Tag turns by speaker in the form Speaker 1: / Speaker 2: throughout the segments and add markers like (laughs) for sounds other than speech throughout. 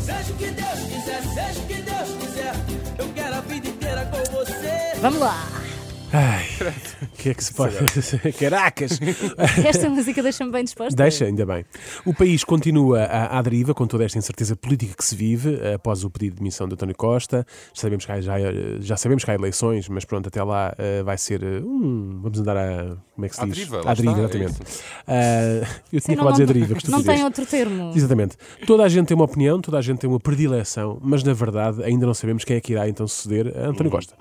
Speaker 1: Seja o que Deus quiser, seja o que Deus quiser. Eu quero a vida inteira com você.
Speaker 2: Vamos lá!
Speaker 3: Ai, o que é que se pode fazer? (laughs) Caracas! (laughs)
Speaker 2: Esta música deixa-me bem disposta.
Speaker 3: Deixa, ainda bem. O país continua à, à deriva com toda esta incerteza política que se vive eh, após o pedido de demissão de António Costa. Sabemos que há- já, eh, já sabemos que há eleições, mas pronto, até lá eh, vai ser. eh, hum, vamos andar a. Como é que se
Speaker 4: À
Speaker 3: diz?
Speaker 4: deriva, lá
Speaker 3: à deriva,
Speaker 4: está, é
Speaker 3: exatamente. Ah, eu tinha acabado de dizer deriva, que
Speaker 2: não
Speaker 3: estupidez.
Speaker 2: tem outro termo.
Speaker 3: Exatamente. Toda a gente tem uma opinião, toda a gente tem uma predileção, mas na verdade ainda não sabemos quem é que irá então suceder a António
Speaker 4: Hum.
Speaker 3: Costa.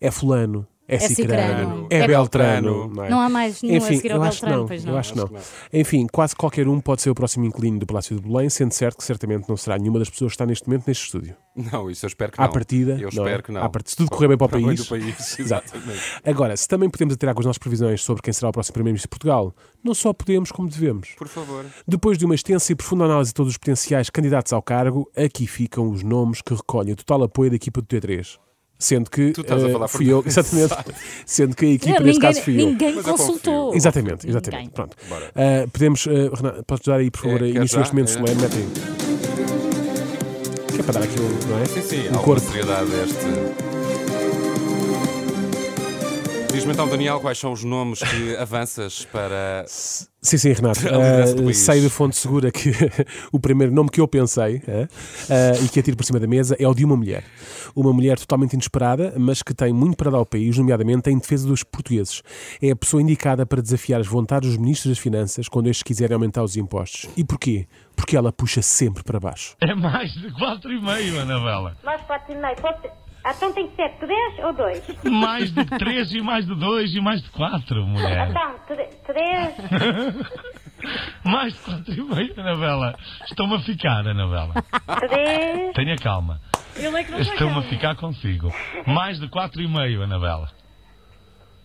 Speaker 3: É Fulano, é, Cicrano,
Speaker 2: Cicrano,
Speaker 3: é,
Speaker 2: é
Speaker 3: Beltrano.
Speaker 4: Beltrano.
Speaker 3: é?
Speaker 2: Não há mais nenhum a
Speaker 3: Enfim,
Speaker 2: seguir ao
Speaker 3: eu acho que
Speaker 2: Beltrano,
Speaker 3: não.
Speaker 2: pois não.
Speaker 3: Eu acho que não. Enfim, quase qualquer um pode ser o próximo inquilino do Palácio de Belém, sendo certo que certamente não será nenhuma das pessoas que está neste momento neste estúdio.
Speaker 4: Não, isso eu espero que
Speaker 3: À
Speaker 4: não.
Speaker 3: partida,
Speaker 4: Eu
Speaker 3: não é?
Speaker 4: espero que não.
Speaker 3: À partida, se tudo correr bem para o
Speaker 4: bem
Speaker 3: país.
Speaker 4: do país, (laughs)
Speaker 3: Exato.
Speaker 4: exatamente.
Speaker 3: Agora, se também podemos atirar com as nossas previsões sobre quem será o próximo Primeiro-Ministro de Portugal, não só podemos, como devemos.
Speaker 4: Por favor.
Speaker 3: Depois de uma extensa e profunda análise de todos os potenciais candidatos ao cargo, aqui ficam os nomes que recolhem o total apoio da equipa do T3. Sendo que
Speaker 4: Tu estás a
Speaker 3: eh,
Speaker 4: falar por
Speaker 3: fui
Speaker 4: mim.
Speaker 3: eu, (laughs) exatamente. Sendo que a equipa,
Speaker 2: Não,
Speaker 3: neste
Speaker 2: ninguém
Speaker 3: caso, fui eu.
Speaker 2: ninguém
Speaker 4: Mas eu
Speaker 2: consultou.
Speaker 4: confio.
Speaker 3: Exatamente,
Speaker 2: Ninguém.
Speaker 3: exatamente. Pronto.
Speaker 4: Bora.
Speaker 3: Ah, podemos, ah, Renato, podes dar aí, por favor,
Speaker 4: É, quer
Speaker 3: início a este
Speaker 4: já?
Speaker 3: momento
Speaker 4: É.
Speaker 3: solene, mete aí. Que é para dar aqui um, não é?
Speaker 4: Sim, sim,
Speaker 3: um
Speaker 4: há uma
Speaker 3: corpo.
Speaker 4: seriedade a este. Diz-me então, Daniel, quais são os nomes
Speaker 3: (laughs)
Speaker 4: que avanças para.
Speaker 3: Sim, sim, Renato.
Speaker 4: (laughs) A liderança do
Speaker 3: Ah,
Speaker 4: país.
Speaker 3: sei de fonte segura que (laughs) o primeiro nome que eu pensei ah, ah, e que atiro por cima da mesa é o de uma mulher. Uma mulher totalmente inesperada, mas que tem muito para dar ao país, nomeadamente em defesa dos portugueses. É a pessoa indicada para desafiar as vontades dos ministros das Finanças quando estes quiserem aumentar os impostos. E porquê? Porque ela puxa sempre para baixo.
Speaker 5: É mais de 4,5, Anabela.
Speaker 6: Mais quatro e meio. Pode... ser- Ah, Então tem que ser três ou dois?
Speaker 5: Mais de 3 e mais de 2 e mais de 4, mulher.
Speaker 6: Então, tre- três.
Speaker 5: Mais de 4,5, Anabela. Estou-me a ficar, Anabela.
Speaker 6: Três.
Speaker 5: Tenha calma.
Speaker 2: Ele é que não tem
Speaker 5: Estou-me a
Speaker 2: calma.
Speaker 5: ficar consigo. Mais de 4,5, Anabela.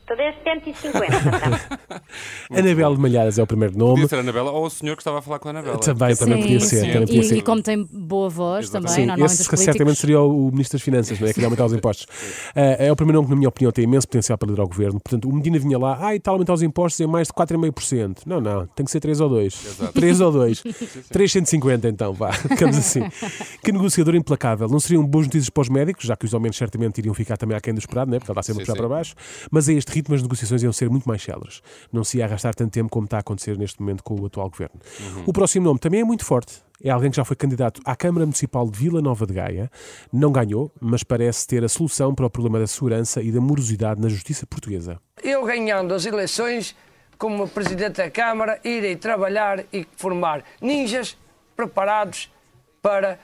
Speaker 6: Três, cento e cinquenta. (laughs)
Speaker 3: Anabel de Malhadas é o primeiro nome.
Speaker 4: Podia ser a Anabela ou o senhor que estava a falar com a Anabela.
Speaker 3: Também, também
Speaker 2: Sim,
Speaker 3: podia ser.
Speaker 2: sim.
Speaker 3: Também podia
Speaker 2: e,
Speaker 3: ser.
Speaker 2: e como tem boa voz também,
Speaker 4: Sim,
Speaker 2: é? normalmente
Speaker 3: esse
Speaker 2: os
Speaker 3: que certamente
Speaker 2: políticos...
Speaker 3: seria o, o Ministro das Finanças, não é? Que ia aumentar os impostos. Ah, é o primeiro nome que, na minha opinião, tem imenso potencial para liderar o governo. Portanto, o Medina vinha lá, ah, e tal, aumentar os impostos em mais de 4,5%. Não, não, tem que ser 3 ou 2. 3 ou 2. 350, então, vá, (laughs) digamos assim. Que negociador implacável. Não seriam boas notícias para os médicos, já que os aumentos certamente iriam ficar também aquém do esperado, né? Porque ele está sempre a puxar
Speaker 4: sim.
Speaker 3: para baixo. Mas a este ritmo as negociações iam ser muito mais céleres. Não se ia arrastar tanto tempo como está a acontecer neste momento com o atual governo.
Speaker 4: Uhum.
Speaker 3: O próximo nome também é muito forte. É alguém que já foi candidato à Câmara Municipal de Vila Nova de Gaia. Não ganhou, mas parece ter a solução para o problema da segurança e da morosidade na justiça portuguesa.
Speaker 7: Eu ganhando as eleições como presidente da Câmara, irei trabalhar e formar ninjas preparados para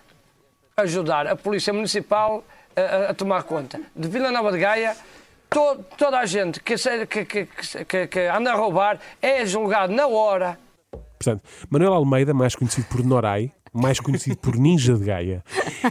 Speaker 7: ajudar a Polícia Municipal a- a, a tomar conta. De Vila Nova de Gaia, to- toda a gente que, se- que- que- que- que- que anda a roubar é julgado na hora.
Speaker 3: Portanto, Manuel Almeida, mais conhecido por Norai, mais conhecido por Ninja de Gaia.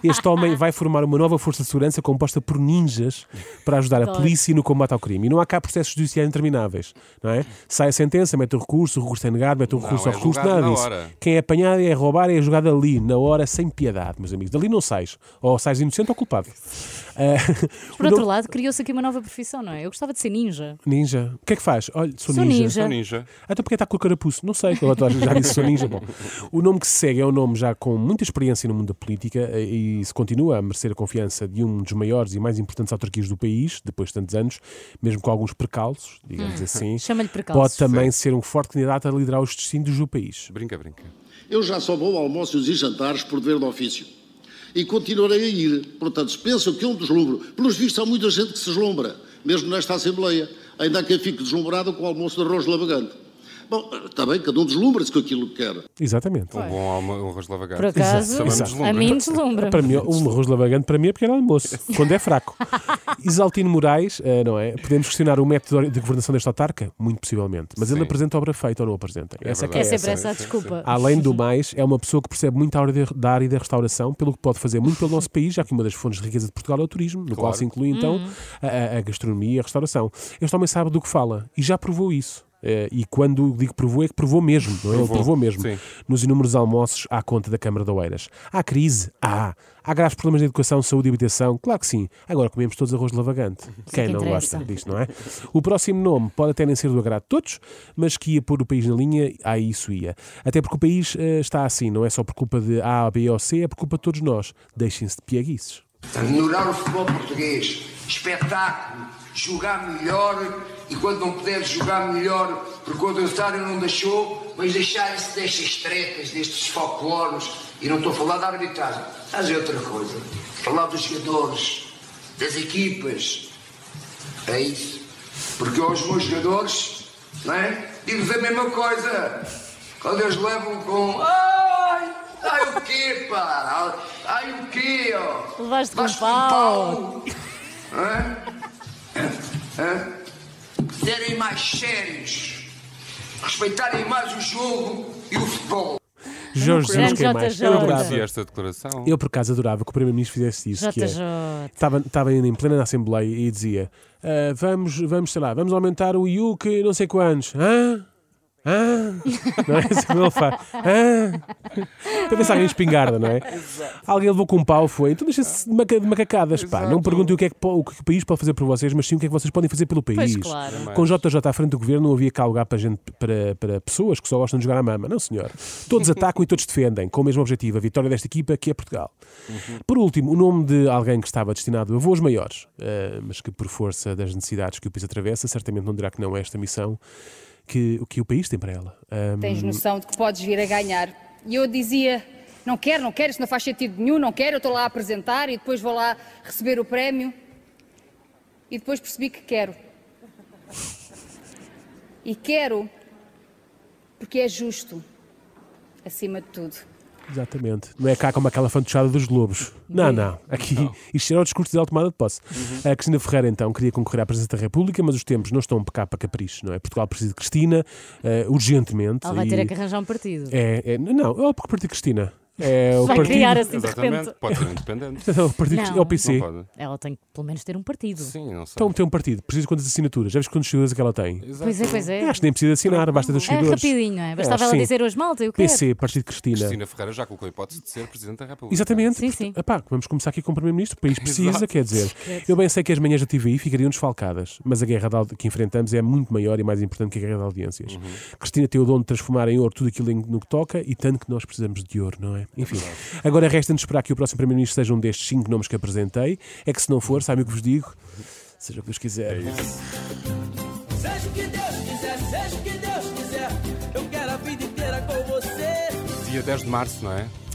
Speaker 3: Este homem vai formar uma nova força de segurança composta por ninjas para ajudar a polícia no combate ao crime. E não há cá processos judiciais intermináveis, não é? Sai a sentença, mete o recurso, o recurso é negado, mete o recurso
Speaker 4: é
Speaker 3: ao recurso,
Speaker 4: julgado
Speaker 3: nada
Speaker 4: na
Speaker 3: disso.
Speaker 4: hora.
Speaker 3: Quem é apanhado é roubado é jogado ali, na hora, sem piedade, meus amigos. Dali não sais. Ou sais inocente ou culpado. Ah, (laughs) o
Speaker 2: Por outro
Speaker 3: nome-
Speaker 2: lado, criou-se aqui uma nova profissão, não é? Eu gostava de ser ninja.
Speaker 3: Ninja. O que é que faz? Olha, sou,
Speaker 2: Sou ninja.
Speaker 4: O É um ninja.
Speaker 3: ah, Então porque está com o carapuço? Não sei, eu atrás já disse sou ninja. Bom, o nome que se segue é um nome já com muita experiência no mundo da política eh, e se continua a merecer a confiança de um dos maiores e mais importantes autarquias do país, depois de tantos anos, mesmo com alguns precalços, digamos assim.
Speaker 2: Chama-lhe precalços.
Speaker 3: Pode também ser um forte candidato a liderar os destinos do país.
Speaker 4: Brinca, brinca.
Speaker 8: Eu já só vou a almoços e jantares por dever de ofício. E continuarei a ir. Portanto, se pensam que eu me deslumbro, pelos vistos há muita gente que se deslumbra, mesmo nesta Assembleia, ainda que eu fique deslumbrado com o almoço de arroz lavagante. Bom, está bem, cada um deslumbra-se com aquilo que quer.
Speaker 3: Exatamente.
Speaker 4: Um bom alma, um arroz lavagado.
Speaker 2: Por acaso,
Speaker 4: Também me
Speaker 2: a
Speaker 4: deslumbra.
Speaker 2: mim deslumbra.
Speaker 3: Para mim, um arroz lavagante para mim é pequeno almoço, quando é fraco. Isaltino Moraes, eh, não é? Podemos questionar o método de governação desta autarca? Muito possivelmente. Mas ele
Speaker 4: Sim.
Speaker 3: apresenta obra feita ou não apresenta? Essa é que
Speaker 2: É
Speaker 4: verdade.
Speaker 2: sempre essa
Speaker 4: Essa,
Speaker 2: a
Speaker 4: sim, sim.
Speaker 2: desculpa.
Speaker 3: Além do mais, é uma pessoa que percebe muito a área de- da área da restauração, pelo que pode fazer muito pelo nosso país, já que uma das fontes de riqueza de Portugal é o turismo, no qual se inclui então a- a, a gastronomia e a restauração. Este homem sabe do que fala e já provou isso. Eh, e quando digo provou, é que provou mesmo, não é? Ele
Speaker 4: Provou,
Speaker 3: provou mesmo.
Speaker 4: sim.
Speaker 3: Nos inúmeros almoços à conta da Câmara de Oeiras. Há crise? Há. Há graves problemas de educação, saúde e habitação? Claro que sim. Agora comemos todos arroz de lavagante. Quem
Speaker 2: que
Speaker 3: não
Speaker 2: interessa.
Speaker 3: gosta disto, não é? O próximo nome pode até nem ser do agrado de todos, mas que ia pôr o país na linha, aí isso ia. Até porque o país eh, está assim, não é só por culpa de A, B ou C, é por culpa de todos nós. Deixem-se de piaguices.
Speaker 9: melhorar o futebol português, espetáculo, jogar melhor e quando não puder jogar melhor, porque o adversário não deixou, mas deixarem-se destas tretas, destes folclores, e não estou a falar da arbitragem, mas é outra coisa. Falar dos jogadores, das equipas, é isso. Porque aos meus jogadores, não é? Digo-vos a mesma coisa. Quando eles levam com. Ai! Ai o quê, pá? Ai o quê, ó?
Speaker 2: Levaste com
Speaker 9: Levaste
Speaker 2: pau.
Speaker 9: Hã? Hã? Hã? Serem mais sérios. Respeitarem mais o jogo e o futebol.
Speaker 3: Jorge Jesus,
Speaker 2: Grande
Speaker 3: quem mais?
Speaker 2: JJ.
Speaker 3: Eu
Speaker 4: E
Speaker 3: adorava.
Speaker 4: esta declaração.
Speaker 3: Eu, por acaso, adorava que o Primeiro-Ministro fizesse isso. que é-
Speaker 2: JJ.
Speaker 3: Estava, estava ainda em plena Assembleia e dizia: "Ah, vamos, vamos, sei lá, vamos aumentar o IUC não sei quantos. Hã? Hã? Não é (laughs) isso que ele faz. Hã? Para ver se alguém espingarda, não é? Alguém levou com um pau, foi. Então deixa-se de, maca- de macacadas. Pá. Não perguntem o que, é que, po- o que o país pode fazer por vocês, mas sim o que é que vocês podem fazer pelo país.
Speaker 2: claro.
Speaker 3: Com JJ à frente do governo não havia cá lugar para, gente, para, para pessoas que só gostam de jogar à mama. Não, senhor. Todos atacam e todos defendem, com o mesmo objetivo, a vitória desta equipa que é Portugal. Por último, o nome de alguém que estava destinado a voos maiores, eh, mas que por força das necessidades que o país atravessa, certamente não dirá que não é esta missão que, que o país tem para ela. Ahm,
Speaker 10: tens noção de que podes vir a ganhar. E eu dizia, não quero, não quero, isto não faz sentido nenhum, não quero, eu estou lá a apresentar e depois vou lá receber o prémio. E depois percebi que quero. E quero porque é justo, acima de tudo.
Speaker 3: Exatamente. Não é cá como aquela fantochada dos lobos. Não, não. Aqui, isto era o discurso da tomada de posse. A Cristina Ferreira, então, queria concorrer à Presidência da República, mas os tempos não estão cá para capricho, não é? Portugal precisa de Cristina, eh, urgentemente.
Speaker 2: Ela vai
Speaker 3: e-
Speaker 2: ter é que arranjar um partido.
Speaker 3: é, é- Não, é o partido Cristina.
Speaker 2: (laughs)
Speaker 3: É o
Speaker 2: vai
Speaker 3: partido.
Speaker 2: criar assim de
Speaker 4: Exatamente,
Speaker 2: repente.
Speaker 4: pode ser independente.
Speaker 3: (laughs) É o partido-
Speaker 2: Não.
Speaker 3: é o PC.
Speaker 4: Não pode.
Speaker 2: Ela tem que pelo menos ter um partido.
Speaker 4: Sim, não sei.
Speaker 3: Então tem um partido, precisa de quantas assinaturas? Já viste quantas assinaturas que ela tem?
Speaker 2: Pois é, pois é.
Speaker 3: Acho que nem precisa assinar, basta dos
Speaker 2: É
Speaker 3: seguidores.
Speaker 2: rapidinho, é? Bastava
Speaker 3: Acho
Speaker 2: ela
Speaker 3: sim.
Speaker 2: dizer hoje, malta, eu quero.
Speaker 3: PC, Partido Cristina.
Speaker 4: Cristina Ferreira já colocou a hipótese de ser Presidente da República.
Speaker 3: Exatamente.
Speaker 2: Sim, sim.
Speaker 3: Epá, vamos começar aqui com o Primeiro-Ministro. O (laughs) país precisa,
Speaker 4: Exato.
Speaker 3: quer dizer. Eu bem sei que as manhãs da TVI ficariam desfalcadas, mas a guerra da audi- que enfrentamos é muito maior e mais importante que a guerra de audiências. Cristina tem o dom de transformar em ouro tudo aquilo em- no que toca e tanto que nós precisamos de ouro, não é? Enfim. Agora resta-nos esperar que o próximo Primeiro-Ministro seja um destes cinco nomes que apresentei. É que se não for, sabem o que vos digo? Seja o que Deus quiser.
Speaker 1: Seja o que Deus quiser, seja o que Deus quiser, eu quero a vida inteira com você.
Speaker 4: Dia 10 de março, não é?